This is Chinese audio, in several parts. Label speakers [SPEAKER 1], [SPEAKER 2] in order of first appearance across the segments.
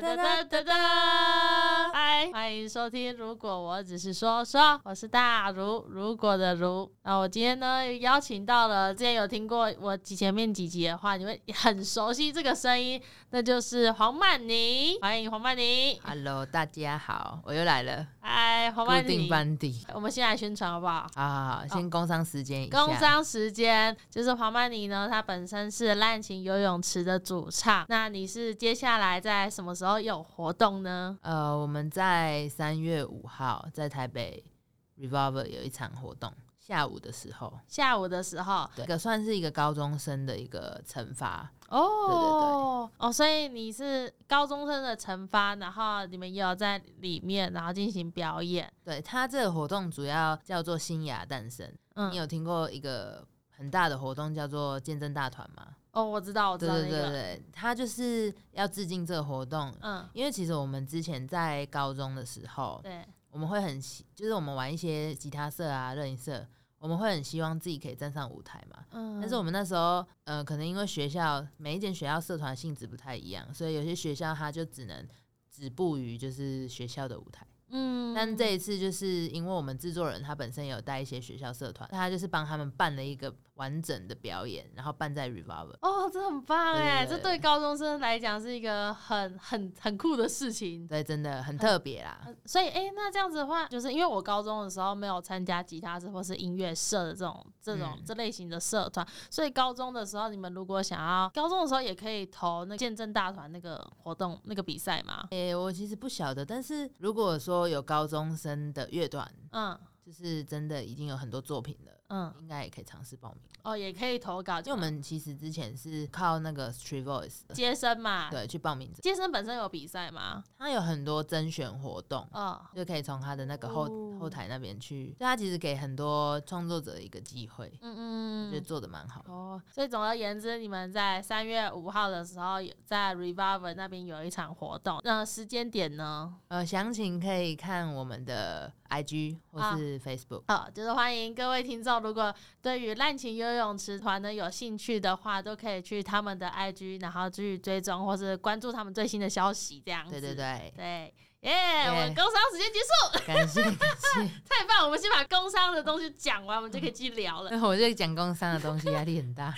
[SPEAKER 1] 哒哒哒哒！嗨，欢迎收听。如果我只是说说，我是大如，如果的如。那我今天呢，邀请到了之前有听过我几前面几集的话，你们很熟悉这个声音，那就是黄曼妮。欢迎黄曼妮！
[SPEAKER 2] Hello，大家好，我又来了，
[SPEAKER 1] 嗨，黄
[SPEAKER 2] 固
[SPEAKER 1] 曼
[SPEAKER 2] 定
[SPEAKER 1] 妮。
[SPEAKER 2] 班底
[SPEAKER 1] 我们先来宣传好不好？
[SPEAKER 2] 啊，先工商时间一下。
[SPEAKER 1] 哦工商时间就是黄曼妮呢，她本身是滥情游泳池的主唱。那你是接下来在什么时候有活动呢？
[SPEAKER 2] 呃，我们在三月五号在台北 Revolver 有一场活动，下午的时候，
[SPEAKER 1] 下午的时候
[SPEAKER 2] 对，这个算是一个高中生的一个惩罚，
[SPEAKER 1] 哦，哦，所以你是高中生的惩罚，然后你们也有在里面，然后进行表演。
[SPEAKER 2] 对他这个活动主要叫做新芽诞生。你
[SPEAKER 1] 嗯，
[SPEAKER 2] 有听过一个很大的活动叫做见证大团吗？
[SPEAKER 1] 哦，我知道，我知
[SPEAKER 2] 对
[SPEAKER 1] 道那
[SPEAKER 2] 对
[SPEAKER 1] 个，
[SPEAKER 2] 对对，他就是要致敬这个活动。
[SPEAKER 1] 嗯，
[SPEAKER 2] 因为其实我们之前在高中的时候，
[SPEAKER 1] 对，
[SPEAKER 2] 我们会很希，就是我们玩一些吉他社啊、热音社，我们会很希望自己可以站上舞台嘛。
[SPEAKER 1] 嗯，
[SPEAKER 2] 但是我们那时候，呃，可能因为学校每一间学校社团性质不太一样，所以有些学校它就只能止步于就是学校的舞台。
[SPEAKER 1] 嗯，
[SPEAKER 2] 但这一次就是因为我们制作人他本身有带一些学校社团，他就是帮他们办了一个完整的表演，然后办在 Revolver。
[SPEAKER 1] 哦，这很棒哎，
[SPEAKER 2] 对对
[SPEAKER 1] 这
[SPEAKER 2] 对
[SPEAKER 1] 对高中生来讲是一个很很很酷的事情。
[SPEAKER 2] 对，真的很特别啦。
[SPEAKER 1] 嗯所以，哎、那这样子的话，就是因为我高中的时候没有参加吉他社或是音乐社的这种、这种、
[SPEAKER 2] 嗯
[SPEAKER 1] 这类型的社团，所以高中的时候，你们如果想要高中的时候也可以投那个见证大团那个活动那个比赛嘛。
[SPEAKER 2] 诶、我其实不晓得，但是如果说有高中生的乐团，
[SPEAKER 1] 嗯
[SPEAKER 2] 就是真的已经有很多作品了，
[SPEAKER 1] 嗯，
[SPEAKER 2] 应该也可以尝试报名。
[SPEAKER 1] 哦，也可以投稿，
[SPEAKER 2] 因为我们其实之前是靠那个 Street Voice
[SPEAKER 1] 接生嘛。，
[SPEAKER 2] 对去报名者，
[SPEAKER 1] 接生本身有比赛吗？
[SPEAKER 2] 它有很多甄选活动，
[SPEAKER 1] 哦，
[SPEAKER 2] 就可以从它的那个后、
[SPEAKER 1] 哦
[SPEAKER 2] 后台那边去，就它其实给很多创作者一个机会，
[SPEAKER 1] 嗯
[SPEAKER 2] 就
[SPEAKER 1] 嗯。
[SPEAKER 2] 做的蛮好的。
[SPEAKER 1] 哦，所以总而言之，你们在三月五号的时候，有在 Reviver 那边有一场活动，那时间点呢？
[SPEAKER 2] 呃，详情可以看我们的 IG
[SPEAKER 1] 啊
[SPEAKER 2] 或是 Facebook。
[SPEAKER 1] 好，就是欢迎各位听众，如果对于滥情游泳池团呢有兴趣的话，都可以去他们的 IG，然后去追踪或是关注他们最新的消息，这样子。
[SPEAKER 2] 对对对，
[SPEAKER 1] 对，耶、我
[SPEAKER 2] 耶
[SPEAKER 1] 们工商时间结束，
[SPEAKER 2] 感谢感谢。
[SPEAKER 1] 太棒！我们先把工商的东西讲完，我们就可以继续聊了。
[SPEAKER 2] 那我这讲工商的东西压力很大。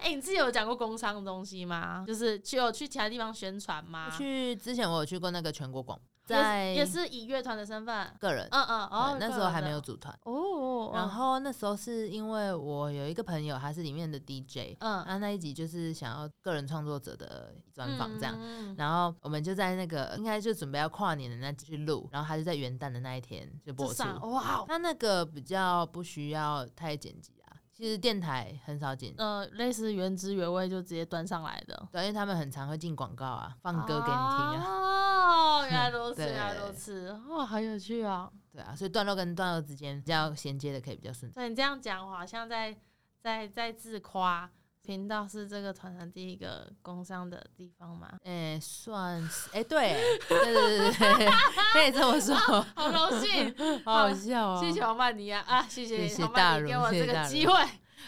[SPEAKER 1] 哎、你自己有讲过工商的东西吗？就是去有去其他地方宣传吗？
[SPEAKER 2] 去之前我有去过那个全国广播，
[SPEAKER 1] 啊也是
[SPEAKER 2] 在
[SPEAKER 1] 也是以乐团的身份，
[SPEAKER 2] 个人，
[SPEAKER 1] 嗯嗯哦
[SPEAKER 2] 对，那时候还没有
[SPEAKER 1] 个
[SPEAKER 2] 组团。
[SPEAKER 1] 人的哦，
[SPEAKER 2] 然后那时候是因为我有一个朋友，他是里面的 DJ，
[SPEAKER 1] 嗯
[SPEAKER 2] 他那一集就是想要个人创作者的专访这样。
[SPEAKER 1] 样，
[SPEAKER 2] 然后我们就在那个应该就准备要跨年的那集去录，然后他就在元旦的那一天就播
[SPEAKER 1] 这
[SPEAKER 2] 出。
[SPEAKER 1] 上哇，
[SPEAKER 2] 他那个比较不需要太剪辑啊，其实电台很少剪辑，
[SPEAKER 1] 呃，类似原汁原味就直接端上来的，
[SPEAKER 2] 对，因为他们很常会进广告啊，放歌给你听啊，
[SPEAKER 1] 哦， 原来如此，
[SPEAKER 2] 对
[SPEAKER 1] 原来如此，哇，好有趣哦！
[SPEAKER 2] 对啊，所以段落跟段落之间比较衔接的可以比较顺。
[SPEAKER 1] 对你这样讲，我好像在在在自夸。频道是这个团的第一个工商的地方吗？
[SPEAKER 2] 哎、算是哎、对，对对对对对，可以这么说，好
[SPEAKER 1] 好荣幸，
[SPEAKER 2] 好笑 哦。
[SPEAKER 1] 谢谢王曼妮啊啊！谢谢
[SPEAKER 2] 谢谢
[SPEAKER 1] 王曼
[SPEAKER 2] 大
[SPEAKER 1] 妮
[SPEAKER 2] 如
[SPEAKER 1] 给我这
[SPEAKER 2] 谢谢
[SPEAKER 1] 个
[SPEAKER 2] 大如
[SPEAKER 1] 机会，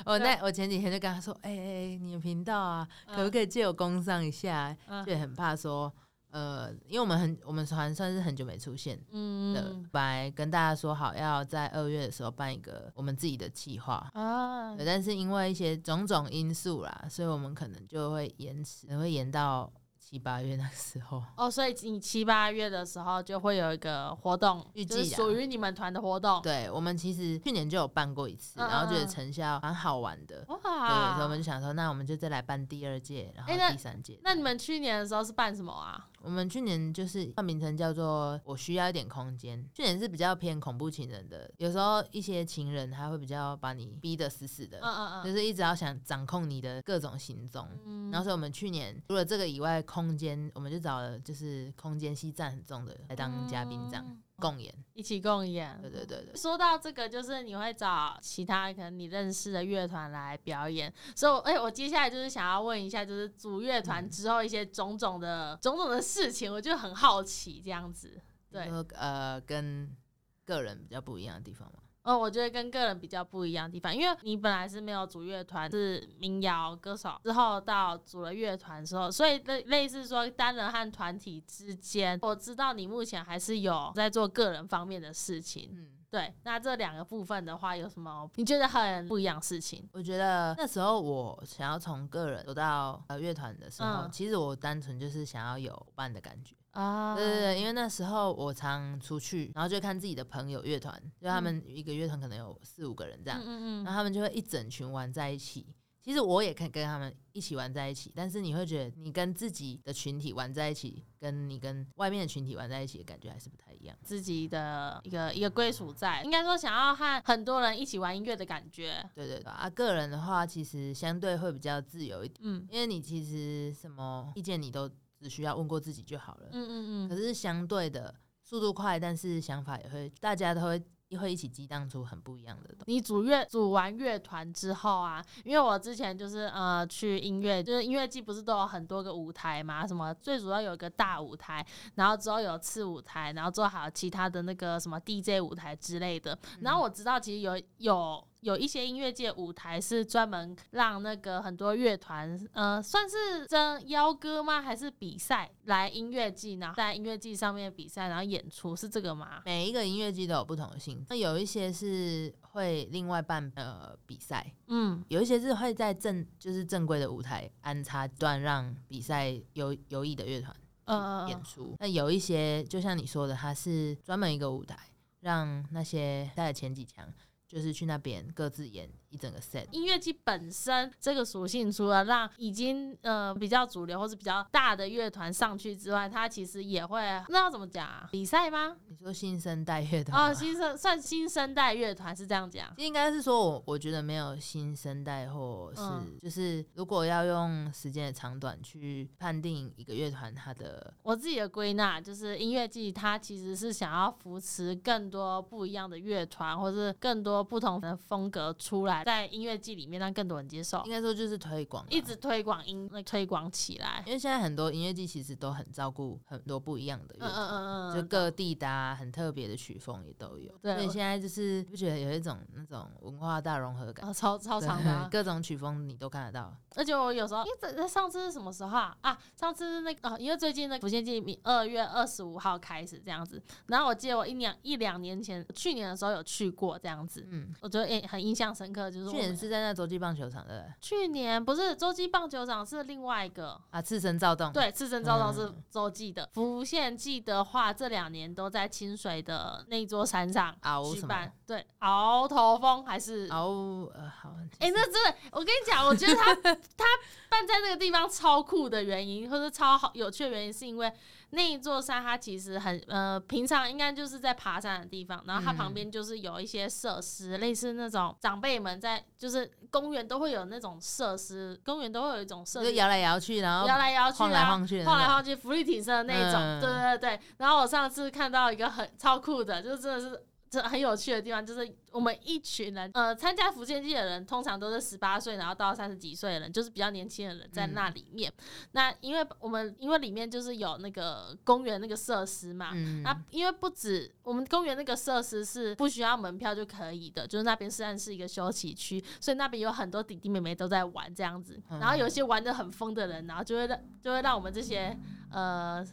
[SPEAKER 2] 我哦那我前几天就跟他说，哎、哎、哎你的频道啊，可不可以借我工商一下？
[SPEAKER 1] 嗯
[SPEAKER 2] 就也很怕说，呃，因为我们很我们团算是很久没出现的，
[SPEAKER 1] 嗯
[SPEAKER 2] 本来跟大家说好要在二月的时候办一个我们自己的计划。
[SPEAKER 1] 啊
[SPEAKER 2] 对，但是因为一些种种因素啦，所以我们可能就会延迟，可能会延到七八月那个时候。
[SPEAKER 1] 哦，所以你七八月的时候就会有一个活动，
[SPEAKER 2] 预
[SPEAKER 1] 就是
[SPEAKER 2] 计啊
[SPEAKER 1] 属于你们团的活动。
[SPEAKER 2] 对，我们其实去年就有办过一次，
[SPEAKER 1] 嗯
[SPEAKER 2] 然后觉
[SPEAKER 1] 嗯
[SPEAKER 2] 得
[SPEAKER 1] 嗯
[SPEAKER 2] 成效蛮好玩的。对，
[SPEAKER 1] 哇！
[SPEAKER 2] 所以我们就想说，那我们就再来办第二届，然
[SPEAKER 1] 啊哎那
[SPEAKER 2] 后第三届。
[SPEAKER 1] 那你们去年的时候是办什么啊？
[SPEAKER 2] 我们去年就是换名称叫做“我需要一点空间”，去年是比较偏恐怖情人的，有时候一些情人他会比较把你逼得死死的，
[SPEAKER 1] 嗯嗯
[SPEAKER 2] 呃就
[SPEAKER 1] 嗯
[SPEAKER 2] 是一直要想掌控你的各种行踪。
[SPEAKER 1] 嗯，
[SPEAKER 2] 然后所以我们去年除了这个以外，空间我们就找了就是空间西站很重的来当嘉宾，这样、
[SPEAKER 1] 嗯
[SPEAKER 2] 共演。
[SPEAKER 1] 一起共演。
[SPEAKER 2] 对对对对，
[SPEAKER 1] 说到这个，就是你会找其他可能你认识的乐团来表演，所以我，哎、我接下来就是想要问一下，就是组乐
[SPEAKER 2] 嗯
[SPEAKER 1] 团之后一些种种的、种种的事情，我就很好奇这样子。对，
[SPEAKER 2] 就说呃跟个人比较不一样的地方嘛。
[SPEAKER 1] 哦，我觉得跟个人比较不一样的地方，因为你本来是没有组乐团，是民谣歌手，之后到组了乐团之后，所以类类似说单人和团体之间，我知道你目前还是有在做个人方面的事情。
[SPEAKER 2] 嗯，
[SPEAKER 1] 对，那这两个部分的话，有什么你觉得很不一样的事情？
[SPEAKER 2] 我觉得那时候我想要从个人走到呃乐团的时候，
[SPEAKER 1] 嗯
[SPEAKER 2] 其实我单纯就是想要有伙伴的感觉。
[SPEAKER 1] 啊
[SPEAKER 2] 对对对，因为那时候我常出去，然后就看自己的朋友乐团，就他们一个乐团可能有四五个人这样，啊
[SPEAKER 1] 嗯嗯
[SPEAKER 2] 然后他们就会一整群玩在一起。其实我也可以跟他们一起玩在一起，但是你会觉得你跟自己的群体玩在一起，跟你跟外面的群体玩在一起的感觉还是不太一样。
[SPEAKER 1] 自己的一个一个归属在，应该说想要和很多人一起玩音乐的感觉。
[SPEAKER 2] 对对对啊，个人的话其实相对会比较自由一点，
[SPEAKER 1] 嗯
[SPEAKER 2] 因为你其实什么意见你都只需要问过自己就好了。
[SPEAKER 1] 嗯嗯
[SPEAKER 2] 可
[SPEAKER 1] 嗯，
[SPEAKER 2] 是相对的速度快，但是想法也会，大家都会会一起激荡出很不一样的东西。
[SPEAKER 1] 你组乐组完乐团之后啊，因为我之前就是呃去音乐，就是音乐季不是都有很多个舞台嘛，什么最主要有一个大舞台，然后之后有次舞台，然后之后还有其他的那个什么 DJ 舞台之类的。然后我知道其实有有。有一些音乐界舞台是专门让那个很多乐团，呃，算是争邀歌吗？还是比赛来音乐季，然后在音乐季上面比赛，然后演出是这个吗？
[SPEAKER 2] 每一个音乐季都有不同的性质，那有一些是会另外办呃比赛，
[SPEAKER 1] 嗯，
[SPEAKER 2] 有一些是会在正就是正规的舞台安插段让比赛有有意的乐团
[SPEAKER 1] 呃，
[SPEAKER 2] 演出。那有一些就像你说的，它是专门一个舞台，让那些在前几强就是去那边各自演一整个 set。
[SPEAKER 1] 音乐季本身这个属性，除了让已经呃比较主流或是比较大的乐团上去之外，它其实也会那要怎么讲、啊？比赛吗？
[SPEAKER 2] 你说新生代乐团
[SPEAKER 1] 哦，
[SPEAKER 2] 吗？
[SPEAKER 1] 新生算新生代乐团是这样讲。
[SPEAKER 2] 应该是说我我觉得没有新生代，或是、
[SPEAKER 1] 嗯
[SPEAKER 2] 就是如果要用时间的长短去判定一个乐团它的
[SPEAKER 1] 我自己的归纳就是，音乐季它其实是想要扶持更多不一样的乐团，或是更多不同的风格出来，在音乐季里面让更多人接受
[SPEAKER 2] 应，该说就是推广吧，
[SPEAKER 1] 一直推广音推广起来。
[SPEAKER 2] 因为现在很多音乐季其实都很照顾很多不一样的乐
[SPEAKER 1] 嗯嗯
[SPEAKER 2] 团。
[SPEAKER 1] 嗯
[SPEAKER 2] 就
[SPEAKER 1] 嗯，
[SPEAKER 2] 各地的、啊、很特别的曲风也都有，
[SPEAKER 1] 对
[SPEAKER 2] 所以
[SPEAKER 1] 我
[SPEAKER 2] 现在就是不觉得有一种那种文化大融合感，
[SPEAKER 1] 啊，超超长的、啊
[SPEAKER 2] 对，各种曲风你都看得到。
[SPEAKER 1] 而且我有时候，因为这这上次是什么时候啊？啊，上次是那个呃，因为最近那个《无限记》二月二十五号开始这样子，然后我记得我一两一两年前，去年的时候有去过这样子，
[SPEAKER 2] 嗯，
[SPEAKER 1] 我觉得也很印象深刻，就是我
[SPEAKER 2] 去年
[SPEAKER 1] 们
[SPEAKER 2] 是在那洲际棒球场的
[SPEAKER 1] 去年不是洲际棒球场是另外一个。
[SPEAKER 2] 啊，赤身躁动，，
[SPEAKER 1] 对，赤身照常是
[SPEAKER 2] 嗯
[SPEAKER 1] 洲际的，福县记的话，这两年都在清水的那座山上
[SPEAKER 2] 鳌
[SPEAKER 1] 举
[SPEAKER 2] 啊什
[SPEAKER 1] 办
[SPEAKER 2] 么，
[SPEAKER 1] 对，鳌头峰还是
[SPEAKER 2] 敖呃好，
[SPEAKER 1] 哎、那真的，我跟你讲，我觉得他他办在那个地方超酷的原因，或者超好有趣的原因，是因为那一座山它其实很呃，平常应该就是在爬山的地方，然后它旁边就是有一些设施，类似那种长辈们在就是公园都会有那种设施，公园都会有一种设
[SPEAKER 2] 就
[SPEAKER 1] 施。
[SPEAKER 2] 摇来摇去，然后
[SPEAKER 1] 摇来摇去
[SPEAKER 2] 晃来
[SPEAKER 1] 啊，
[SPEAKER 2] 晃去的那
[SPEAKER 1] 晃来
[SPEAKER 2] 种
[SPEAKER 1] 晃去，浮力挺身的那一种，
[SPEAKER 2] 嗯
[SPEAKER 1] 对对对。然后我上次看到一个很超酷的，就是真的是这很有趣的地方，就是我们一群人，呃，参加福建祭的人通常都是十八岁，然后到三十几岁的人，就是比较年轻的人在那里面。那因为我们因为里面就是有那个公园那个设施嘛。
[SPEAKER 2] 嗯，
[SPEAKER 1] 那因为不止我们公园那个设施是不需要门票就可以的，就是那边虽然是一个休息区，所以那边有很多弟弟妹妹都在玩这样子。
[SPEAKER 2] 嗯
[SPEAKER 1] 然后有些玩的很疯的人，然后就会让就会让我们这些呃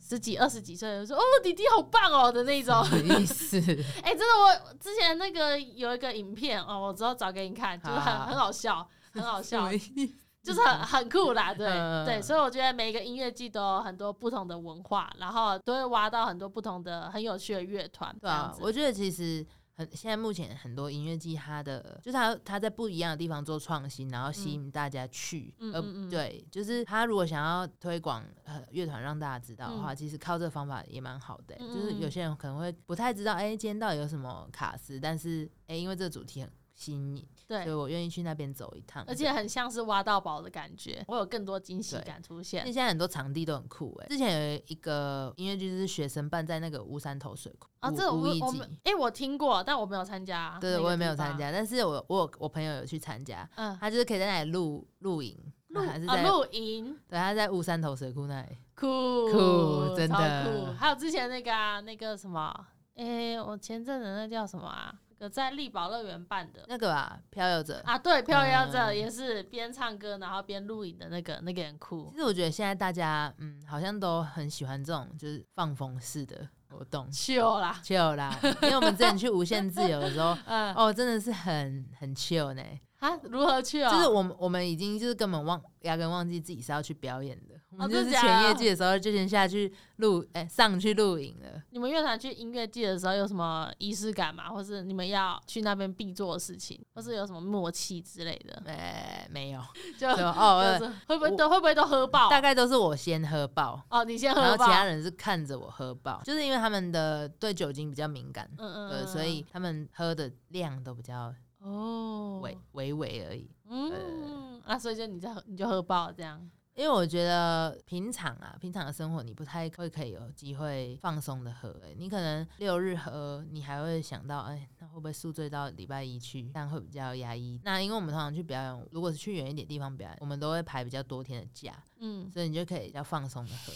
[SPEAKER 1] 十几二十几岁的人说：“哦，弟弟好棒哦”的那 种。
[SPEAKER 2] 什么意思？
[SPEAKER 1] 哎、真的，我之前那个有一个影片哦，我之后找给你看，就是很
[SPEAKER 2] 好
[SPEAKER 1] 很好笑，很 好
[SPEAKER 2] 什
[SPEAKER 1] 笑
[SPEAKER 2] 么，意思？
[SPEAKER 1] 就是很很酷啦，对、
[SPEAKER 2] 嗯
[SPEAKER 1] 对，所以我觉得每一个音乐季都有很多不同的文化，然后都会挖到很多不同的很有趣的乐团，
[SPEAKER 2] 对啊，
[SPEAKER 1] 这样
[SPEAKER 2] 我
[SPEAKER 1] 子
[SPEAKER 2] 觉得其实很现在目前很多音乐季，它的就是它它在不一样的地方做创新，然后吸引大家去，
[SPEAKER 1] 嗯
[SPEAKER 2] 呃
[SPEAKER 1] 嗯嗯
[SPEAKER 2] 对，就是他如果想要推广呃乐团让大家知道的话，其实靠这个方法也蛮好的欸、
[SPEAKER 1] 嗯
[SPEAKER 2] 就是有些人可能会不太知道，哎、今天到底有什么卡司，但是哎、因为这个主题很新颖，所以
[SPEAKER 1] 对，
[SPEAKER 2] 我愿意去那边走一趟，
[SPEAKER 1] 而且。很像是挖到宝的感觉，会有更多惊喜
[SPEAKER 2] 对
[SPEAKER 1] 感出
[SPEAKER 2] 因为
[SPEAKER 1] 现。
[SPEAKER 2] 现在很多场地都很酷哎、之前有一个音乐剧是学生办在那个乌山头水库
[SPEAKER 1] 啊，
[SPEAKER 2] 五
[SPEAKER 1] 这
[SPEAKER 2] 五
[SPEAKER 1] 我
[SPEAKER 2] 一
[SPEAKER 1] 我哦
[SPEAKER 2] 季
[SPEAKER 1] 们哎、我听过，但我没有参加。
[SPEAKER 2] 对，我也没有参。加，但是我我有我朋友有去参加，
[SPEAKER 1] 嗯，
[SPEAKER 2] 他就是可以在那里露露营，
[SPEAKER 1] 露
[SPEAKER 2] 还是
[SPEAKER 1] 啊
[SPEAKER 2] 在、
[SPEAKER 1] 露营，
[SPEAKER 2] 对，他在乌山头水库那里，
[SPEAKER 1] 酷
[SPEAKER 2] 酷真
[SPEAKER 1] 超
[SPEAKER 2] 的
[SPEAKER 1] 酷。还有之前那个啊，那个什么，诶、我前阵子那叫什么啊？那有在力宝乐园办的
[SPEAKER 2] 那个吧，《漂游者》
[SPEAKER 1] 啊，对，漂亮者
[SPEAKER 2] 嗯
[SPEAKER 1] 也是边唱歌然后边录影的那个，那个很酷，
[SPEAKER 2] 其。实我觉得现在大家，嗯，好像都很喜欢这种就是放风式的活动
[SPEAKER 1] 秀啦，
[SPEAKER 2] chill 啦。因为我们之前去无限自由的时候，
[SPEAKER 1] 嗯
[SPEAKER 2] 哦，真的是很很 chill 呢。
[SPEAKER 1] 啊，如何去哦？
[SPEAKER 2] 就是我们我们已经就是根本忘压根忘记自己是要去表演的，我们就
[SPEAKER 1] 哦真
[SPEAKER 2] 是
[SPEAKER 1] 假
[SPEAKER 2] 前业绩的时候就先下去录，哎、上去录影 了。
[SPEAKER 1] 你们乐团去音乐季的时候有什么仪式感吗？或是你们要去那边必做的事情，或是有什么默契之类的？
[SPEAKER 2] 哎、没有，
[SPEAKER 1] 就
[SPEAKER 2] 就哦，
[SPEAKER 1] 就是会不会都会不会都喝爆？
[SPEAKER 2] 大概都是我先喝爆，
[SPEAKER 1] 哦，你先
[SPEAKER 2] 然
[SPEAKER 1] 喝
[SPEAKER 2] 后
[SPEAKER 1] 爆，
[SPEAKER 2] 其他人是看着我喝爆，就是因为他们的对酒精比较敏感，
[SPEAKER 1] 嗯嗯，
[SPEAKER 2] 对，
[SPEAKER 1] 嗯
[SPEAKER 2] 呃所以他们喝的量都比较
[SPEAKER 1] 哦，
[SPEAKER 2] 微微微而已。
[SPEAKER 1] 嗯，啊，所以就你在喝，你就喝爆这样，
[SPEAKER 2] 因为我觉得平常啊，平常的生活你不太会可以有机会放松的喝、欸你可能六日喝，你还会想到，哎、那会不会宿醉到礼拜一去？这样会比较压抑。那因为我们通常去表演，如果是去远一点地方表演，我们都会排比较多天的假，
[SPEAKER 1] 嗯，
[SPEAKER 2] 所以你就可以比较放松的喝。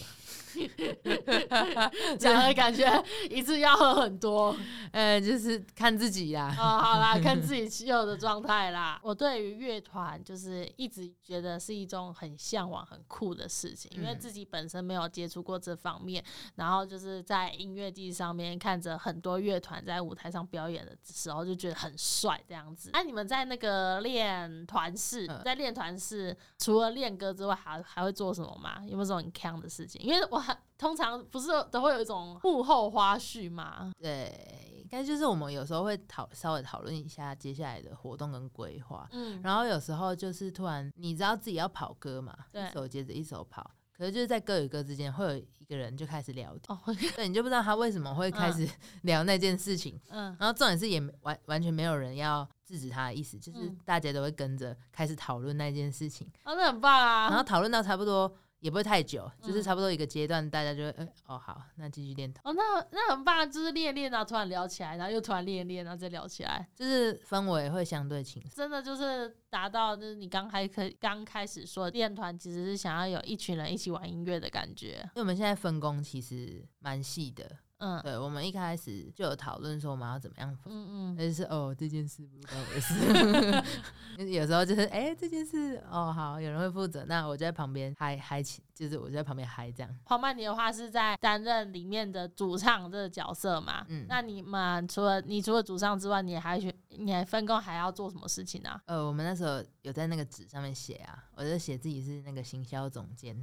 [SPEAKER 1] 讲的感觉一次要喝很多。
[SPEAKER 2] 呃，就是看自己啦。
[SPEAKER 1] 哦，好 啦，看自己持有的状态啦。我对于乐团就是一直觉得是一种很向往、很酷的事情，因为
[SPEAKER 2] 嗯
[SPEAKER 1] 自己本身没有接触过这方面，然后就是在音乐季上面看着很多乐团在舞台上表演的时候，就觉得很帅这样子。那、啊你们在那个练团式，
[SPEAKER 2] 嗯
[SPEAKER 1] 在练团式除了练歌之外，还还会做什么吗？有没有这种很强的事情？因为我很通常不是都会有一种幕后花絮吗？
[SPEAKER 2] 对，应该就是我们有时候会讨稍微讨论一下接下来的活动跟规划。
[SPEAKER 1] 嗯，
[SPEAKER 2] 然后有时候就是突然你知道自己要跑歌嘛，
[SPEAKER 1] 对
[SPEAKER 2] 一首接着一首跑，可是就是在歌与歌之间会有一个人就开始聊天，
[SPEAKER 1] 哦，
[SPEAKER 2] 对，你就不知道他为什么会开始 聊那件事情。
[SPEAKER 1] 嗯。
[SPEAKER 2] 然后重点是也没完完全没有人要制止他的意思，就是
[SPEAKER 1] 嗯
[SPEAKER 2] 大家都会跟着开始讨论那件事情，
[SPEAKER 1] 啊，那很棒啊！
[SPEAKER 2] 然后讨论到差不多。也不会太久，就是
[SPEAKER 1] 嗯
[SPEAKER 2] 差不多一个阶段，大家就会，哎哦，好，那继续练
[SPEAKER 1] 哦，那那很棒，就是练练，然后突然聊起来，然后又突然练练，然后再聊起来，
[SPEAKER 2] 就是氛围会相对轻松。
[SPEAKER 1] 真的就是达到就是你刚开可刚开始说练团其实是想要有一群人一起玩音乐的感觉，
[SPEAKER 2] 因为我们现在分工其实蛮细的，
[SPEAKER 1] 嗯
[SPEAKER 2] 对，我们一开始就有讨论说我们要怎么样分
[SPEAKER 1] 嗯嗯，
[SPEAKER 2] 那就是哦，这件事不关我的事。 就是有时候就是哎、这件事哦，好，有人会负责，那我就在旁边嗨嗨起，就是我就在旁边嗨这样。
[SPEAKER 1] 黄曼妮的话是在担任里面的主唱这个角色嘛，
[SPEAKER 2] 嗯
[SPEAKER 1] 那你们除了你除了主唱之外，你还学你还分工还要做什么事情啊？
[SPEAKER 2] 呃，我们那时候有在那个纸上面写啊，我就写自己是那个行销总监，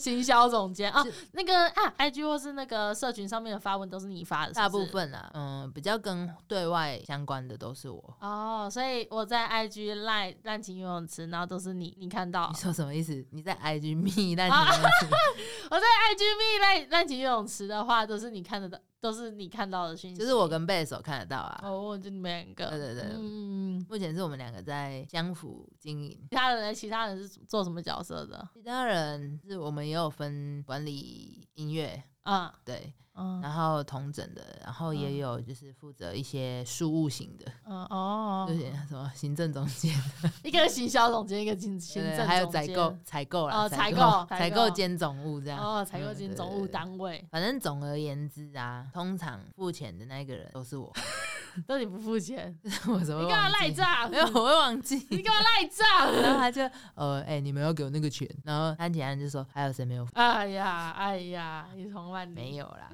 [SPEAKER 1] 行销总监啊
[SPEAKER 2] 是，
[SPEAKER 1] 那个啊，IG 或是那个社群上面的发文都是你发的，是不
[SPEAKER 2] 大部
[SPEAKER 1] 是
[SPEAKER 2] 分啊，嗯，比较跟对外相关的都是我。
[SPEAKER 1] 哦，所以我在 IG 赖滥情游泳池，然后都是你你看到
[SPEAKER 2] 你，说什么意思？你在 IG 密但你
[SPEAKER 1] 啊
[SPEAKER 2] 没有去
[SPEAKER 1] 我在 IG 密赖滥情游泳池的话，都是你看得到，都是你看到的讯息。
[SPEAKER 2] 就是我跟贝手看得到啊。
[SPEAKER 1] 哦，就你们两个，
[SPEAKER 2] 对对对
[SPEAKER 1] 嗯，
[SPEAKER 2] 目前是我们两个在相辅经营，
[SPEAKER 1] 其他人呢？其他人是做什么角色的？
[SPEAKER 2] 其他人是我们也有分管理音乐，
[SPEAKER 1] 嗯
[SPEAKER 2] 对，
[SPEAKER 1] 嗯
[SPEAKER 2] 然后同整的，然后
[SPEAKER 1] 嗯
[SPEAKER 2] 也有就是负责一些事务型的，
[SPEAKER 1] 嗯哦
[SPEAKER 2] 就，是 什么行政总监，
[SPEAKER 1] 一个行销总监，一个行行
[SPEAKER 2] 对
[SPEAKER 1] 政，
[SPEAKER 2] 还有采购。采购啦，
[SPEAKER 1] 哦采购
[SPEAKER 2] 购
[SPEAKER 1] 采
[SPEAKER 2] 采
[SPEAKER 1] 购
[SPEAKER 2] 购兼总务这样。
[SPEAKER 1] 哦，采购经
[SPEAKER 2] 嗯
[SPEAKER 1] 总务。
[SPEAKER 2] 对对对
[SPEAKER 1] 单位，
[SPEAKER 2] 反正总而言之啊，通常付钱的那个人都是我，
[SPEAKER 1] 但你不付钱，
[SPEAKER 2] 我怎么
[SPEAKER 1] 你
[SPEAKER 2] 会
[SPEAKER 1] 干嘛
[SPEAKER 2] 忘
[SPEAKER 1] 赖
[SPEAKER 2] 记？
[SPEAKER 1] 账
[SPEAKER 2] 没？有，我会忘记。
[SPEAKER 1] 你干嘛赖账？
[SPEAKER 2] 然后他就呃，哎、你们要给我那个钱。然后安琪安就说，还有谁没有付？
[SPEAKER 1] 哎呀，哎呀，你从万里
[SPEAKER 2] 没有 啦。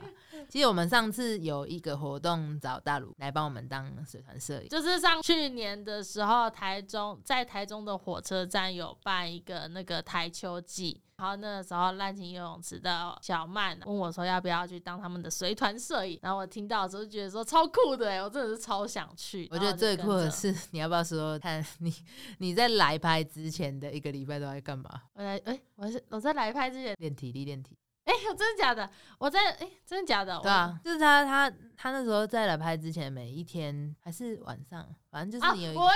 [SPEAKER 2] 其实我们上次有一个活动找大鲁来帮我们当水团摄影，
[SPEAKER 1] 就是上去年的时候，台中在台中的火车站有办一个那个台球季，然后那个时候滥情游泳池的小曼问我说要不要去当他们的随团摄影，然后我听到的时候就觉得说超酷的哎、我真的是超想去。
[SPEAKER 2] 我觉得最酷的，是， 你要不要说看 你你在来拍之前的一个礼拜都在干嘛？
[SPEAKER 1] 我来哎、我是我在来拍之前，
[SPEAKER 2] 练体力，练体力。啊
[SPEAKER 1] 哎、真的假的？我在哎、真
[SPEAKER 2] 哦
[SPEAKER 1] 的假的？
[SPEAKER 2] 对啊，就是他他他那时候在来拍之前，每一天还是晚上，反正就
[SPEAKER 1] 啊，
[SPEAKER 2] 是你有一个、
[SPEAKER 1] 我会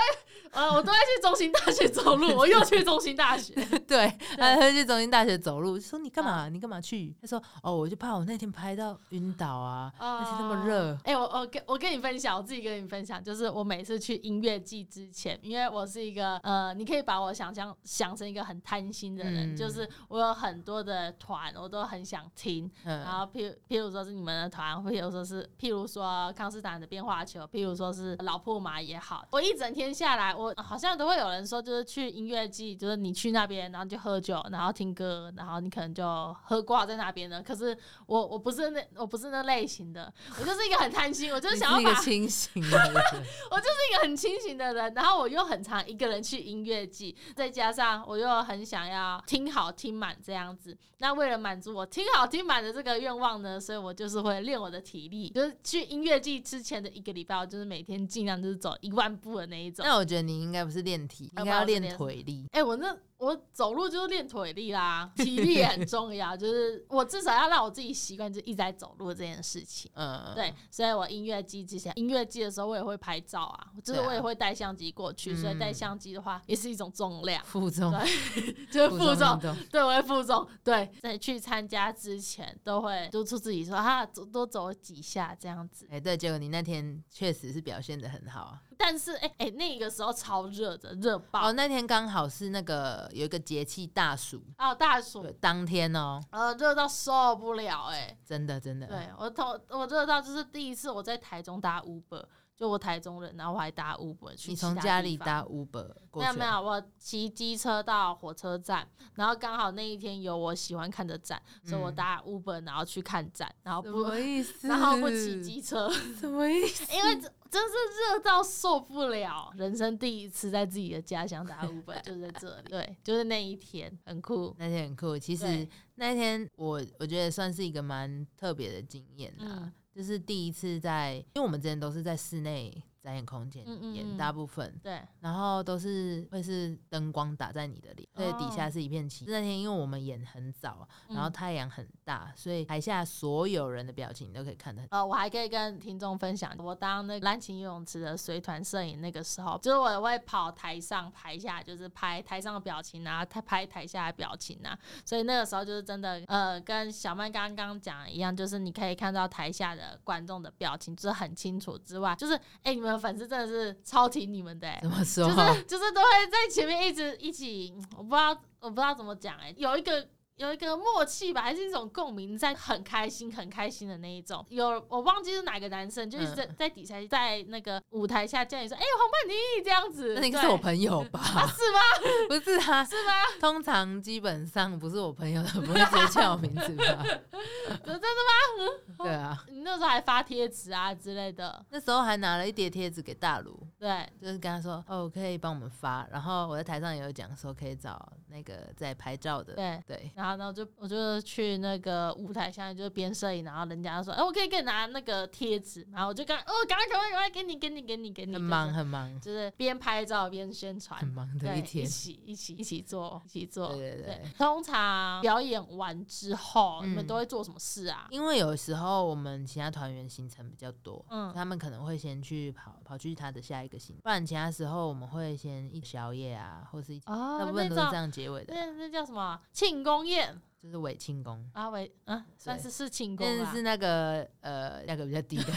[SPEAKER 1] 呃，我都会去中心大学走路，我又去中心大学，
[SPEAKER 2] 对，他会去中心大学走路，说你干嘛？你干嘛去？他说哦，我就怕我那天拍到晕倒啊，而且那么热
[SPEAKER 1] 哦。哎、我我跟我跟你分享，我自己跟你分享，就是我每次去音乐季之前，因为我是一个呃，你可以把我想象想成一个很贪心的人，
[SPEAKER 2] 嗯
[SPEAKER 1] 就是我有很多的团，我都很想听。然
[SPEAKER 2] 嗯，
[SPEAKER 1] 后譬如譬如说是你们的团，譬如说是譬如说康斯坦的变化球，譬如说是老破马也好，我一整天下来，我好像都会有人说，就是去音乐季，就是你去那边，然后就喝酒，然后听歌，然后你可能就喝挂在那边了。可是我我不是那我不是那类型的，我就是一个很贪心，我就是
[SPEAKER 2] 你
[SPEAKER 1] 想
[SPEAKER 2] 是
[SPEAKER 1] 要
[SPEAKER 2] 一
[SPEAKER 1] 把
[SPEAKER 2] 个清醒的 人，
[SPEAKER 1] 我就是一个很清醒的人，然后我又很常一个人去音乐季，再加上我又很想要听好听满这样子。那为了满足我听好听满的这个愿望呢，所以我就是会练我的体力，就是去音乐季之前的一个礼拜，我就是每天尽量就是走一万步的那一种。
[SPEAKER 2] 那我觉得你应该不是练体，
[SPEAKER 1] 要不
[SPEAKER 2] 应该
[SPEAKER 1] 然我
[SPEAKER 2] 要
[SPEAKER 1] 是
[SPEAKER 2] 练
[SPEAKER 1] 练什么
[SPEAKER 2] 腿力。
[SPEAKER 1] 哎、我那我走路就是练腿力 啦，体力也很重要，就是我至少要让我自己习惯就一直在走路这件事情。
[SPEAKER 2] 嗯，
[SPEAKER 1] 对，所以我音乐季之前，音乐季的时候我也会拍照啊，就是
[SPEAKER 2] 对啊
[SPEAKER 1] 我也会带相机过去，所以带
[SPEAKER 2] 嗯
[SPEAKER 1] 相机的话也是一种重量，
[SPEAKER 2] 负重，
[SPEAKER 1] 就是负
[SPEAKER 2] 运
[SPEAKER 1] 重，
[SPEAKER 2] 动。
[SPEAKER 1] 对，我会负重，对，在去参加之前都会督促自己说啊，走多走几下这样子。
[SPEAKER 2] 哎，对，结果你那天确实是表现的很好啊。
[SPEAKER 1] 但是哎哎、那个时候超热的，热爆
[SPEAKER 2] 哦，那天刚好是那个有一个节气大暑，
[SPEAKER 1] 哦，大暑
[SPEAKER 2] 对，当天哦，
[SPEAKER 1] 呃热到受不了哎、
[SPEAKER 2] 真的真的，
[SPEAKER 1] 对我头我热到就是第一次我在台中搭 Uber，就我台中人，然后我还搭 Uber 去
[SPEAKER 2] 你
[SPEAKER 1] 其
[SPEAKER 2] 从
[SPEAKER 1] 他
[SPEAKER 2] 家
[SPEAKER 1] 地
[SPEAKER 2] 里
[SPEAKER 1] 方
[SPEAKER 2] 搭 Uber 过
[SPEAKER 1] 没有
[SPEAKER 2] 去
[SPEAKER 1] 没
[SPEAKER 2] 啊，
[SPEAKER 1] 有，我骑机车到火车站，然后刚好那一天有我喜欢看的站，所以我
[SPEAKER 2] 嗯
[SPEAKER 1] 搭 Uber 然后去看站，然后
[SPEAKER 2] 什
[SPEAKER 1] 不
[SPEAKER 2] 么意 思？
[SPEAKER 1] 然后不骑， 机车，
[SPEAKER 2] 什么意思？
[SPEAKER 1] 因为真真是热到受不了，人生第一次在自己的家乡搭 Uber 就是在这 里，对，就是那一天很酷，
[SPEAKER 2] 那天很酷，其实
[SPEAKER 1] 对
[SPEAKER 2] 那天我我觉得算是一个蛮特别的经验啦，
[SPEAKER 1] 嗯
[SPEAKER 2] 就是第一次在，因为我们之前都是在室内展演空间
[SPEAKER 1] 嗯嗯
[SPEAKER 2] 演
[SPEAKER 1] 嗯
[SPEAKER 2] 大部分，
[SPEAKER 1] 对，
[SPEAKER 2] 然后都是会是灯光打在你的脸，所以底下
[SPEAKER 1] 哦
[SPEAKER 2] 是一片漆。那天因为我们演很早，啊然后
[SPEAKER 1] 嗯
[SPEAKER 2] 太阳很大，所以台下所有人的表情都可以看得很。
[SPEAKER 1] 呃，我还可以跟听众分享，我当那个蓝琴游泳池的随团摄影那个时候，就是我会跑台上拍下，就是拍台上的表情啊，拍拍台下的表情啊，所以那个时候就是真的，呃，跟小曼刚刚讲的一样，就是你可以看到台下的观众的表情，就是很清楚之外，就是哎、你们的粉丝真的是超挺你们的、欸，
[SPEAKER 2] 怎么说？
[SPEAKER 1] 就是就是都会在前面一直一起，我不知道我不知道怎么讲哎、有一个。有一个默契吧，还是一种共鸣，在很开心、很开心的那一种。有我忘记是哪个男生，就一直在
[SPEAKER 2] 嗯
[SPEAKER 1] 在底下，在那个舞台下叫你说：“哎、黄曼妮这样子。”
[SPEAKER 2] 那应该
[SPEAKER 1] 对
[SPEAKER 2] 是我朋友吧？
[SPEAKER 1] 啊是吗？
[SPEAKER 2] 不是啊，是吗？ 通常基本上不是我朋友的，不会直接叫我名字吧？
[SPEAKER 1] 真的
[SPEAKER 2] 吗？对啊，
[SPEAKER 1] 你那时候还发贴纸啊之类的，
[SPEAKER 2] 那时候还拿了一叠贴纸给大卢，
[SPEAKER 1] 对，
[SPEAKER 2] 就是跟他说哦，可以帮我们发。然后我在台上也有讲说，可以找那个在拍照的，
[SPEAKER 1] 对
[SPEAKER 2] 对，
[SPEAKER 1] 然后呢，我就我就去那个舞台下，就是边摄影，然后人家就说：“哎、我可以给你拿那个贴纸。”然后我就跟他哦，赶快赶快赶快，给你给你给你给你，
[SPEAKER 2] 很
[SPEAKER 1] 就
[SPEAKER 2] 忙
[SPEAKER 1] 是
[SPEAKER 2] 很忙
[SPEAKER 1] 就是边拍照边宣传
[SPEAKER 2] 很，忙的
[SPEAKER 1] 嗯对，
[SPEAKER 2] 一天，
[SPEAKER 1] 起一起一起做，一起做。
[SPEAKER 2] 对对对。
[SPEAKER 1] 通常表演完之后，
[SPEAKER 2] 嗯
[SPEAKER 1] 你们都会做什么事啊？
[SPEAKER 2] 因为有时候我们其他团员行程比较多，
[SPEAKER 1] 嗯
[SPEAKER 2] 他们可能会先去跑跑去他的下一个行程，不然其他时候我们会先一起宵夜啊，或是一起，大
[SPEAKER 1] 哦
[SPEAKER 2] 部
[SPEAKER 1] 那
[SPEAKER 2] 分都是这
[SPEAKER 1] 种
[SPEAKER 2] 样结尾的，
[SPEAKER 1] 那那叫什么庆功宴
[SPEAKER 2] 就是伪庆功。
[SPEAKER 1] 啊？喂，嗯，算是是庆功
[SPEAKER 2] 但
[SPEAKER 1] 啦
[SPEAKER 2] 是。那个呃，那个比较低的，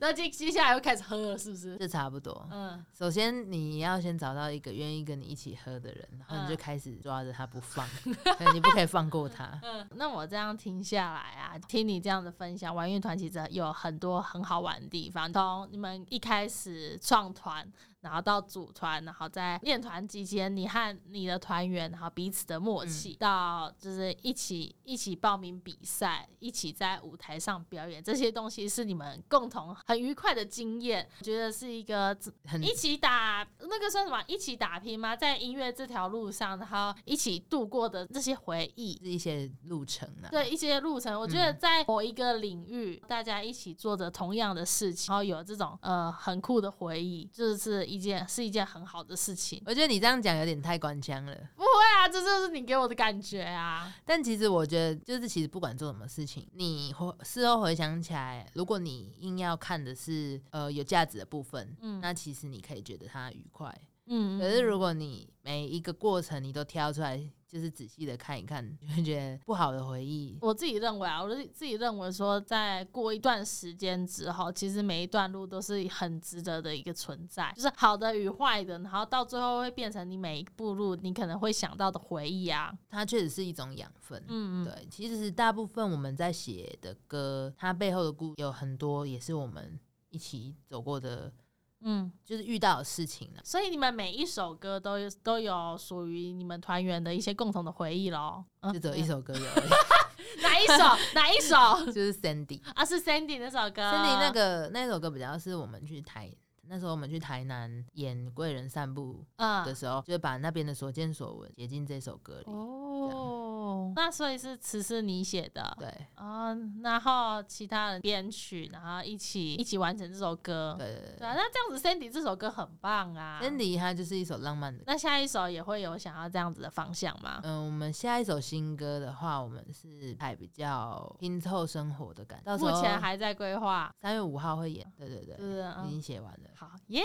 [SPEAKER 1] 那接接下来又开始喝了，是不是？
[SPEAKER 2] 这差不多。
[SPEAKER 1] 嗯，
[SPEAKER 2] 首先你要先找到一个愿意跟你一起喝的人，然后你就
[SPEAKER 1] 嗯
[SPEAKER 2] 开始抓着他不放， 对你不可以放过他。
[SPEAKER 1] 那我这样听下来啊，听你这样的分享，玩乐团其实有很多很好玩的地方。从你们一开始创团，然后到组团，然后在练团期间，你和你的团员，然后彼此的默契，到就是一起一起报名比赛，一起在舞台上表演，这些东西是你们共同很愉快的经验。我觉得是一个
[SPEAKER 2] 很
[SPEAKER 1] 一起打那个算什么？一起打拼吗？在音乐这条路上，然后一起度过的这些回忆。
[SPEAKER 2] 是一些路程啊。
[SPEAKER 1] 对一些路程，我觉得在某一个领域，大家一起做着同样的事情，然后有这种呃很酷的回忆，就是一件是一件很好的事情。
[SPEAKER 2] 我觉得你这样讲有点太官腔了，
[SPEAKER 1] 对啊，这就是你给我的感觉啊。
[SPEAKER 2] 但其实我觉得，就是其实不管做什么事情，你回事后回想起来，如果你硬要看的是呃有价值的部分，
[SPEAKER 1] 嗯
[SPEAKER 2] 那其实你可以觉得它愉快。
[SPEAKER 1] 嗯，
[SPEAKER 2] 可是如果你每一个过程你都挑出来，就是仔细的看一看，你会觉得不好的回忆，
[SPEAKER 1] 我自己认为啊，我自己自己认为说，在过一段时间之后，其实每一段路都是很值得的一个存在，就是好的与坏的，然后到最后会变成你每一步路你可能会想到的回忆啊。
[SPEAKER 2] 它确实是一种养分。
[SPEAKER 1] 嗯，
[SPEAKER 2] 对，其实大部分我们在写的歌，它背后的故有很多也是我们一起走过的，
[SPEAKER 1] 嗯，
[SPEAKER 2] 就是遇到的事情啊呢。
[SPEAKER 1] 所以你们每一首歌都有都有属于你们团员的一些共同的回忆 喽。嗯
[SPEAKER 2] 就只有一，首歌有而已，
[SPEAKER 1] 哪一首？哪一首？
[SPEAKER 2] 就是 Sandy。
[SPEAKER 1] 啊，是 Sandy 那首歌。
[SPEAKER 2] Sandy 那个那首歌比较是我们去台，那时候我们去台南演贵人散步的
[SPEAKER 1] 嗯
[SPEAKER 2] 时候，就是把那边的所见所闻写进这首歌里。
[SPEAKER 1] 哦，那所以是词是你写的。
[SPEAKER 2] 对
[SPEAKER 1] 啊、然后其他人编曲，然后一起一起完成这首歌。
[SPEAKER 2] 对对
[SPEAKER 1] 对啊，那这样子 Sandy 这首歌很棒啊。
[SPEAKER 2] 对，Sandy 它就是一首浪漫的歌。
[SPEAKER 1] 那下一首也会有想要这样子的方向吗？
[SPEAKER 2] 嗯，我们下一首新歌的话，我们是还比较拼凑生活的感，到时
[SPEAKER 1] 目
[SPEAKER 2] 候
[SPEAKER 1] 前还啊在规划，
[SPEAKER 2] 三月五号会演。对对对，
[SPEAKER 1] 就是
[SPEAKER 2] 已
[SPEAKER 1] 嗯。
[SPEAKER 2] 经写完了。
[SPEAKER 1] 好耶！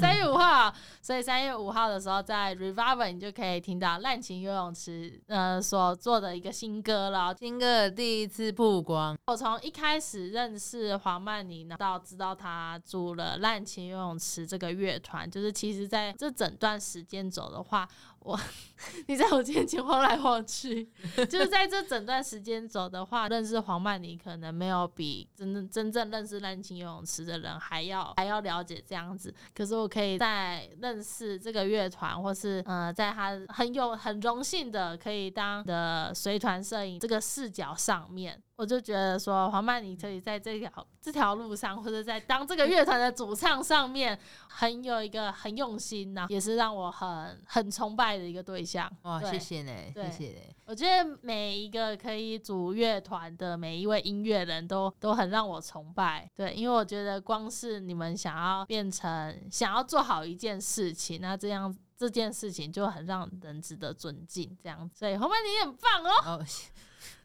[SPEAKER 1] 三、月五号，所以三月五号的时候，在 Revive 你就可以听到滥情游泳池呃所做的一个新歌了。
[SPEAKER 2] 新歌的第一次曝光，
[SPEAKER 1] 我从一开始认识黄曼妮，到知道她组了滥情游泳池这个乐团，就是其实在这整段时间走的话，我 你在我面前晃来晃去， 就是在这整段时间走的话，认识黄曼妮可能没有比真正真正认识滥情游泳池的人还要还要了解这样子。可是我可以在认识这个乐团，或是呃，在他很有很荣幸的可以当的随团摄影这个视角上面，我就觉得说黄曼妮可以在这条这条路上，或者在当这个乐团的主唱上面，很有一个很用心呐、也是让我很很崇拜的一个对象。
[SPEAKER 2] 哇，
[SPEAKER 1] 对
[SPEAKER 2] 谢谢呢，
[SPEAKER 1] 对
[SPEAKER 2] 谢谢呢。
[SPEAKER 1] 我觉得每一个可以组乐团的每一位音乐人都都很让我崇拜，对，因为我觉得光是你们想要变成想要做好一件事情，那这样这件事情就很让人值得尊敬，这样，所以红曼你很棒哦，
[SPEAKER 2] 哦，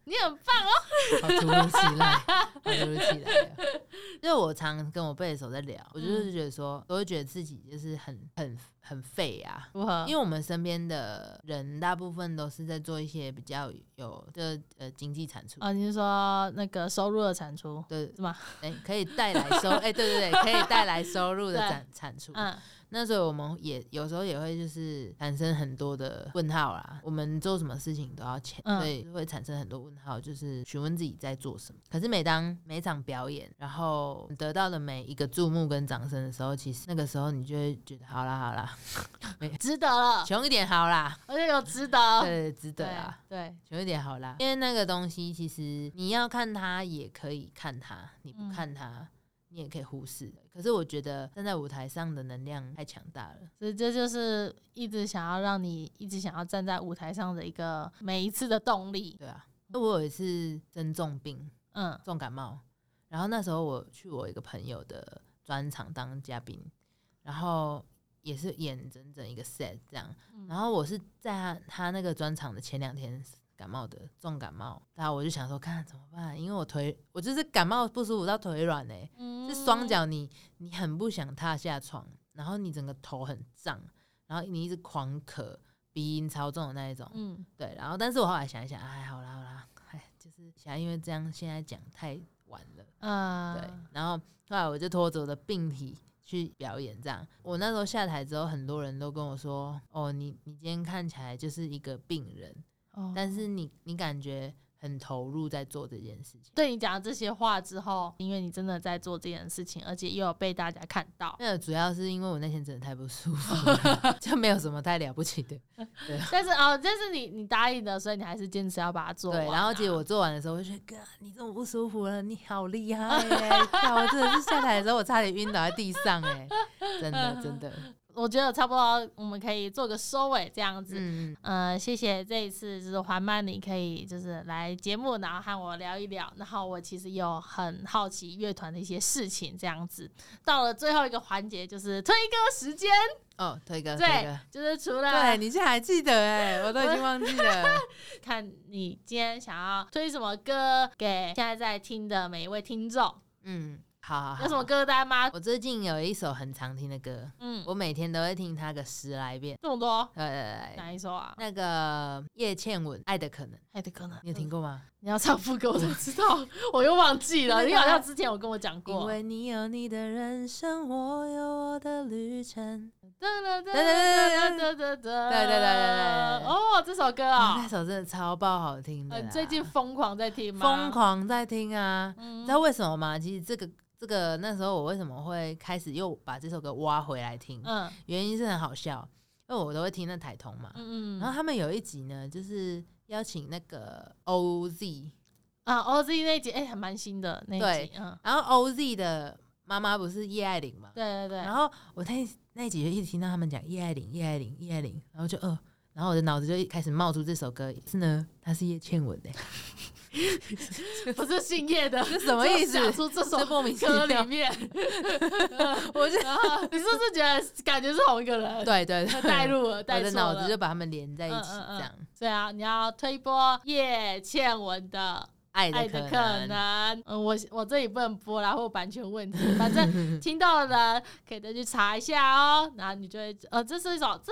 [SPEAKER 1] 你很棒哦，
[SPEAKER 2] 好突如其来，好突如其来啊。 就是我常跟我贝的手在聊，我就是
[SPEAKER 1] 嗯
[SPEAKER 2] 觉得说，我会觉得自己就是很很很废啊。
[SPEAKER 1] 如何？
[SPEAKER 2] 因为我们身边的人大部分都是在做一些比较有的呃经济产出，
[SPEAKER 1] 啊，你是说那个收入的产出
[SPEAKER 2] 对，
[SPEAKER 1] 是吗？
[SPEAKER 2] 哎、可以带来收，哎、对对对，可以带来收入 的
[SPEAKER 1] 对
[SPEAKER 2] 产产出。
[SPEAKER 1] 嗯
[SPEAKER 2] 那所以我们也有时候也会就是产生很多的问号啦。我们做什么事情都要钱，
[SPEAKER 1] 嗯
[SPEAKER 2] 所以会产生很多问号，就是询问自己在做什么。可是每当每场表演，然后得到了每一个注目跟掌声的时候，其实那个时候你就会觉得好啦好啦，
[SPEAKER 1] 值得 了，
[SPEAKER 2] 穷一点好啦，
[SPEAKER 1] 而且有值得，
[SPEAKER 2] 对，啊值得啦。
[SPEAKER 1] 对，
[SPEAKER 2] 穷一点好啦，因为那个东西其实你要看它也可以看它，你不
[SPEAKER 1] 嗯
[SPEAKER 2] 看它、你也可以忽视。可是我觉得站在舞台上的能量太强大了。
[SPEAKER 1] 所以这就是一直想要让你一直想要站在舞台上的一个每一次的动力。
[SPEAKER 2] 对啊，那我有一次真重病，
[SPEAKER 1] 嗯
[SPEAKER 2] 重感冒，然后那时候我去我一个朋友的专场当嘉宾，然后也是演整整一个 set 这样，然后我是在他他那个专场的前两天。感冒的重感冒，然后我就想说，看怎么办？因为我腿，我就是感冒不舒服到腿软呢、
[SPEAKER 1] 嗯
[SPEAKER 2] 是双，脚你你很不想踏下床，然后你整个头很胀，然后你一直狂咳，鼻音超重的那一种，
[SPEAKER 1] 嗯
[SPEAKER 2] 对，然后但是我后来想一想，哎，好啦好啦，哎，就是想因为这样现在讲太晚了，
[SPEAKER 1] 嗯，
[SPEAKER 2] 对，然后后来我就拖着我的病体去表演，这样。我那时候下台之后，很多人都跟我说，哦，你你今天看起来就是一个病人，
[SPEAKER 1] 哦
[SPEAKER 2] 但是你你感觉很投入在做这件事情。
[SPEAKER 1] 对你讲了这些话之后，因为你真的在做这件事情，而且又有被大家看到，
[SPEAKER 2] 那主要是因为我那天真的太不舒服了， 就没有什么太了不起的。
[SPEAKER 1] 但是哦，但是你你答应了，所以你还是坚持要把它做完啊、
[SPEAKER 2] 对，然后结果我做完的时候，我就觉得哥，你这么不舒服了，你好 厉害耶！看我真的是下台的时候，我差点晕倒在地上哎，真的真的。
[SPEAKER 1] 我觉得差不多，我们可以做个收尾这样子。
[SPEAKER 2] 嗯，
[SPEAKER 1] 呃，谢谢这一次就是环曼，你可以就是来节目，然后和我聊一聊。然后我其实有很好奇乐团的一些事情，这样子。到了最后一个环节就是推歌时间，
[SPEAKER 2] 哦，推哥，推
[SPEAKER 1] 对
[SPEAKER 2] 哥，，
[SPEAKER 1] 就是除
[SPEAKER 2] 对
[SPEAKER 1] 了
[SPEAKER 2] 你竟然还记得哎，我都已经忘 记了。
[SPEAKER 1] 看你今天想要推什么歌给现在在听的每一位听众，
[SPEAKER 2] 嗯，好好好，
[SPEAKER 1] 有什么？歌单吗？
[SPEAKER 2] 我最近有一首很常听的歌，
[SPEAKER 1] 嗯，
[SPEAKER 2] 我每天都会听它个十来遍。
[SPEAKER 1] 这么多，
[SPEAKER 2] 对对对，
[SPEAKER 1] 哪一首啊？
[SPEAKER 2] 那个叶倩文《爱的哎可能》，
[SPEAKER 1] 爱的可能
[SPEAKER 2] 你有听过吗？
[SPEAKER 1] 你要唱副歌我才知 道，我又忘记了。
[SPEAKER 2] 那个
[SPEAKER 1] 你好像之前有跟我讲
[SPEAKER 2] 因
[SPEAKER 1] 过。
[SPEAKER 2] 为你有你的人生，我有我的旅程。
[SPEAKER 1] 哒哒哒哒哒哒哒
[SPEAKER 2] 哒对对对对对
[SPEAKER 1] 哦，这首歌
[SPEAKER 2] 啊，
[SPEAKER 1] 啊
[SPEAKER 2] 那， 首真的超爆好听的
[SPEAKER 1] 呃
[SPEAKER 2] 啦，
[SPEAKER 1] 你最近疯狂在听吗？
[SPEAKER 2] 疯，狂在听啊，你
[SPEAKER 1] 嗯
[SPEAKER 2] 知道为什么吗？其实这个这个那时候我为什么会开始又把这首歌挖回来听，
[SPEAKER 1] 嗯
[SPEAKER 2] 原因是很好笑，因为我都会听那台通嘛。
[SPEAKER 1] 嗯
[SPEAKER 2] 然后
[SPEAKER 1] 嗯，
[SPEAKER 2] 他们有一集呢，就是邀请那个 OZ，
[SPEAKER 1] 啊，OZ 那一集哎，还蛮新的那一
[SPEAKER 2] 对
[SPEAKER 1] 集，嗯，
[SPEAKER 2] 然后 OZ 的妈妈不是叶爱玲嘛？
[SPEAKER 1] 对对对，
[SPEAKER 2] 然后我那那一集就一直听到他们讲叶爱玲、叶爱玲、叶爱玲，然后就呃，然后我的脑子就一开始冒出这首歌，是呢，它是叶倩文的、
[SPEAKER 1] 不是姓叶 的，
[SPEAKER 2] 这什么意思
[SPEAKER 1] 就想出这首
[SPEAKER 2] 这莫名其
[SPEAKER 1] 歌
[SPEAKER 2] 妙
[SPEAKER 1] 里面，
[SPEAKER 2] 我就
[SPEAKER 1] 然后你是不是觉得感觉是同一个人？
[SPEAKER 2] 对对 对，
[SPEAKER 1] 带入了，带
[SPEAKER 2] 我的
[SPEAKER 1] 错
[SPEAKER 2] 脑子
[SPEAKER 1] 了
[SPEAKER 2] 就把他们连在一起，
[SPEAKER 1] 嗯嗯嗯
[SPEAKER 2] 这样、
[SPEAKER 1] 对啊，你要推播叶倩文的
[SPEAKER 2] 爱
[SPEAKER 1] 《爱
[SPEAKER 2] 的
[SPEAKER 1] 的
[SPEAKER 2] 可
[SPEAKER 1] 可能》嗯，我我这里不能播啦，或版权问题。反 正听到的人可以再去查一下哦。然后你就会，呃，这是一首这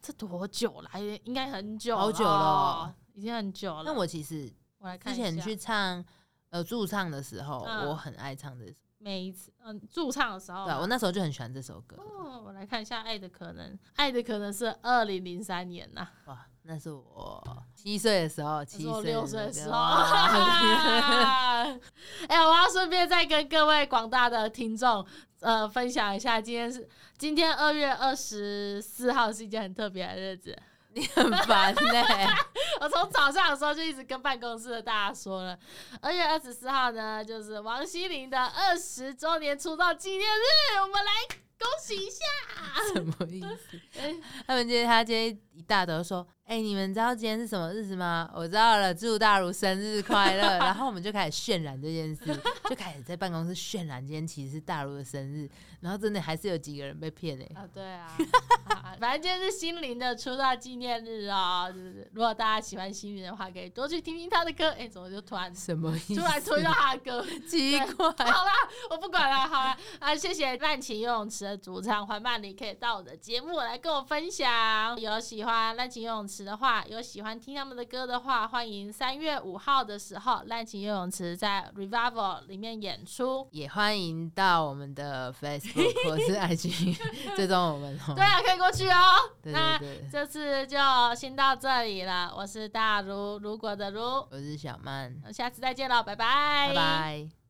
[SPEAKER 1] 这多久了？有点应该很久，
[SPEAKER 2] 好久了哦
[SPEAKER 1] 了，已经很久了。
[SPEAKER 2] 那我其实
[SPEAKER 1] 我来看
[SPEAKER 2] 之
[SPEAKER 1] 一下
[SPEAKER 2] 前去唱呃驻唱的时候，
[SPEAKER 1] 嗯
[SPEAKER 2] 我很爱唱这首，
[SPEAKER 1] 每一次嗯驻唱的时候
[SPEAKER 2] 对啊，
[SPEAKER 1] 嘛，
[SPEAKER 2] 我那时候就很喜欢这首歌，
[SPEAKER 1] 哦，我来看一下《爱的可能》，《爱的可能》是二零零三年呐、
[SPEAKER 2] 哇，那是我七岁的时候，
[SPEAKER 1] 那
[SPEAKER 2] 七
[SPEAKER 1] 是我
[SPEAKER 2] 岁
[SPEAKER 1] 六岁的时候。
[SPEAKER 2] 哇
[SPEAKER 1] 哎、我要顺便再跟各位广大的听众，呃，分享一下，今天是今天二月二十四号是一件很特别的日子。
[SPEAKER 2] 你很烦嘞、
[SPEAKER 1] 我从早上的时候就一直跟办公室的大家说了，二月二十四号呢，就是王心凌的二十周年出道纪念日，我们来恭喜一下。
[SPEAKER 2] 什么意思？
[SPEAKER 1] 哎
[SPEAKER 2] 他们今天他今天一大早就说：“哎、你们知道今天是什么日子吗？”我知道了，祝大如生日快乐。 然后我们就开始渲染这件事， 就开始在办公室渲染今天其实是大如的生日。然后真的还是有几个人被骗哎、
[SPEAKER 1] 啊，对啊，啊反正今天是心灵的出道纪念日啊、就是如果大家喜欢心灵的话，可以多去听听他的歌。哎、怎么就突然
[SPEAKER 2] 什么意
[SPEAKER 1] 突
[SPEAKER 2] 思？
[SPEAKER 1] 然推到他的歌？
[SPEAKER 2] 奇怪，
[SPEAKER 1] 好啦，我不管了，好啦，啊，谢谢滥情游泳池的主唱环曼，你可以到我的节目来跟我分享。有喜欢滥情游泳池的话，有喜欢听他们的歌的话，欢迎三月五号的时候，滥情游泳池在 Revival 里面演出。
[SPEAKER 2] 也欢迎到我们的 Facebook 或是 IG 追踪我们哦。
[SPEAKER 1] 对啊，可以过去哦。
[SPEAKER 2] 对
[SPEAKER 1] 那
[SPEAKER 2] 对对，
[SPEAKER 1] 这次就先到这里了，我是大如如果的如，
[SPEAKER 2] 我是小曼，
[SPEAKER 1] 下次再见了，拜拜，
[SPEAKER 2] 拜拜。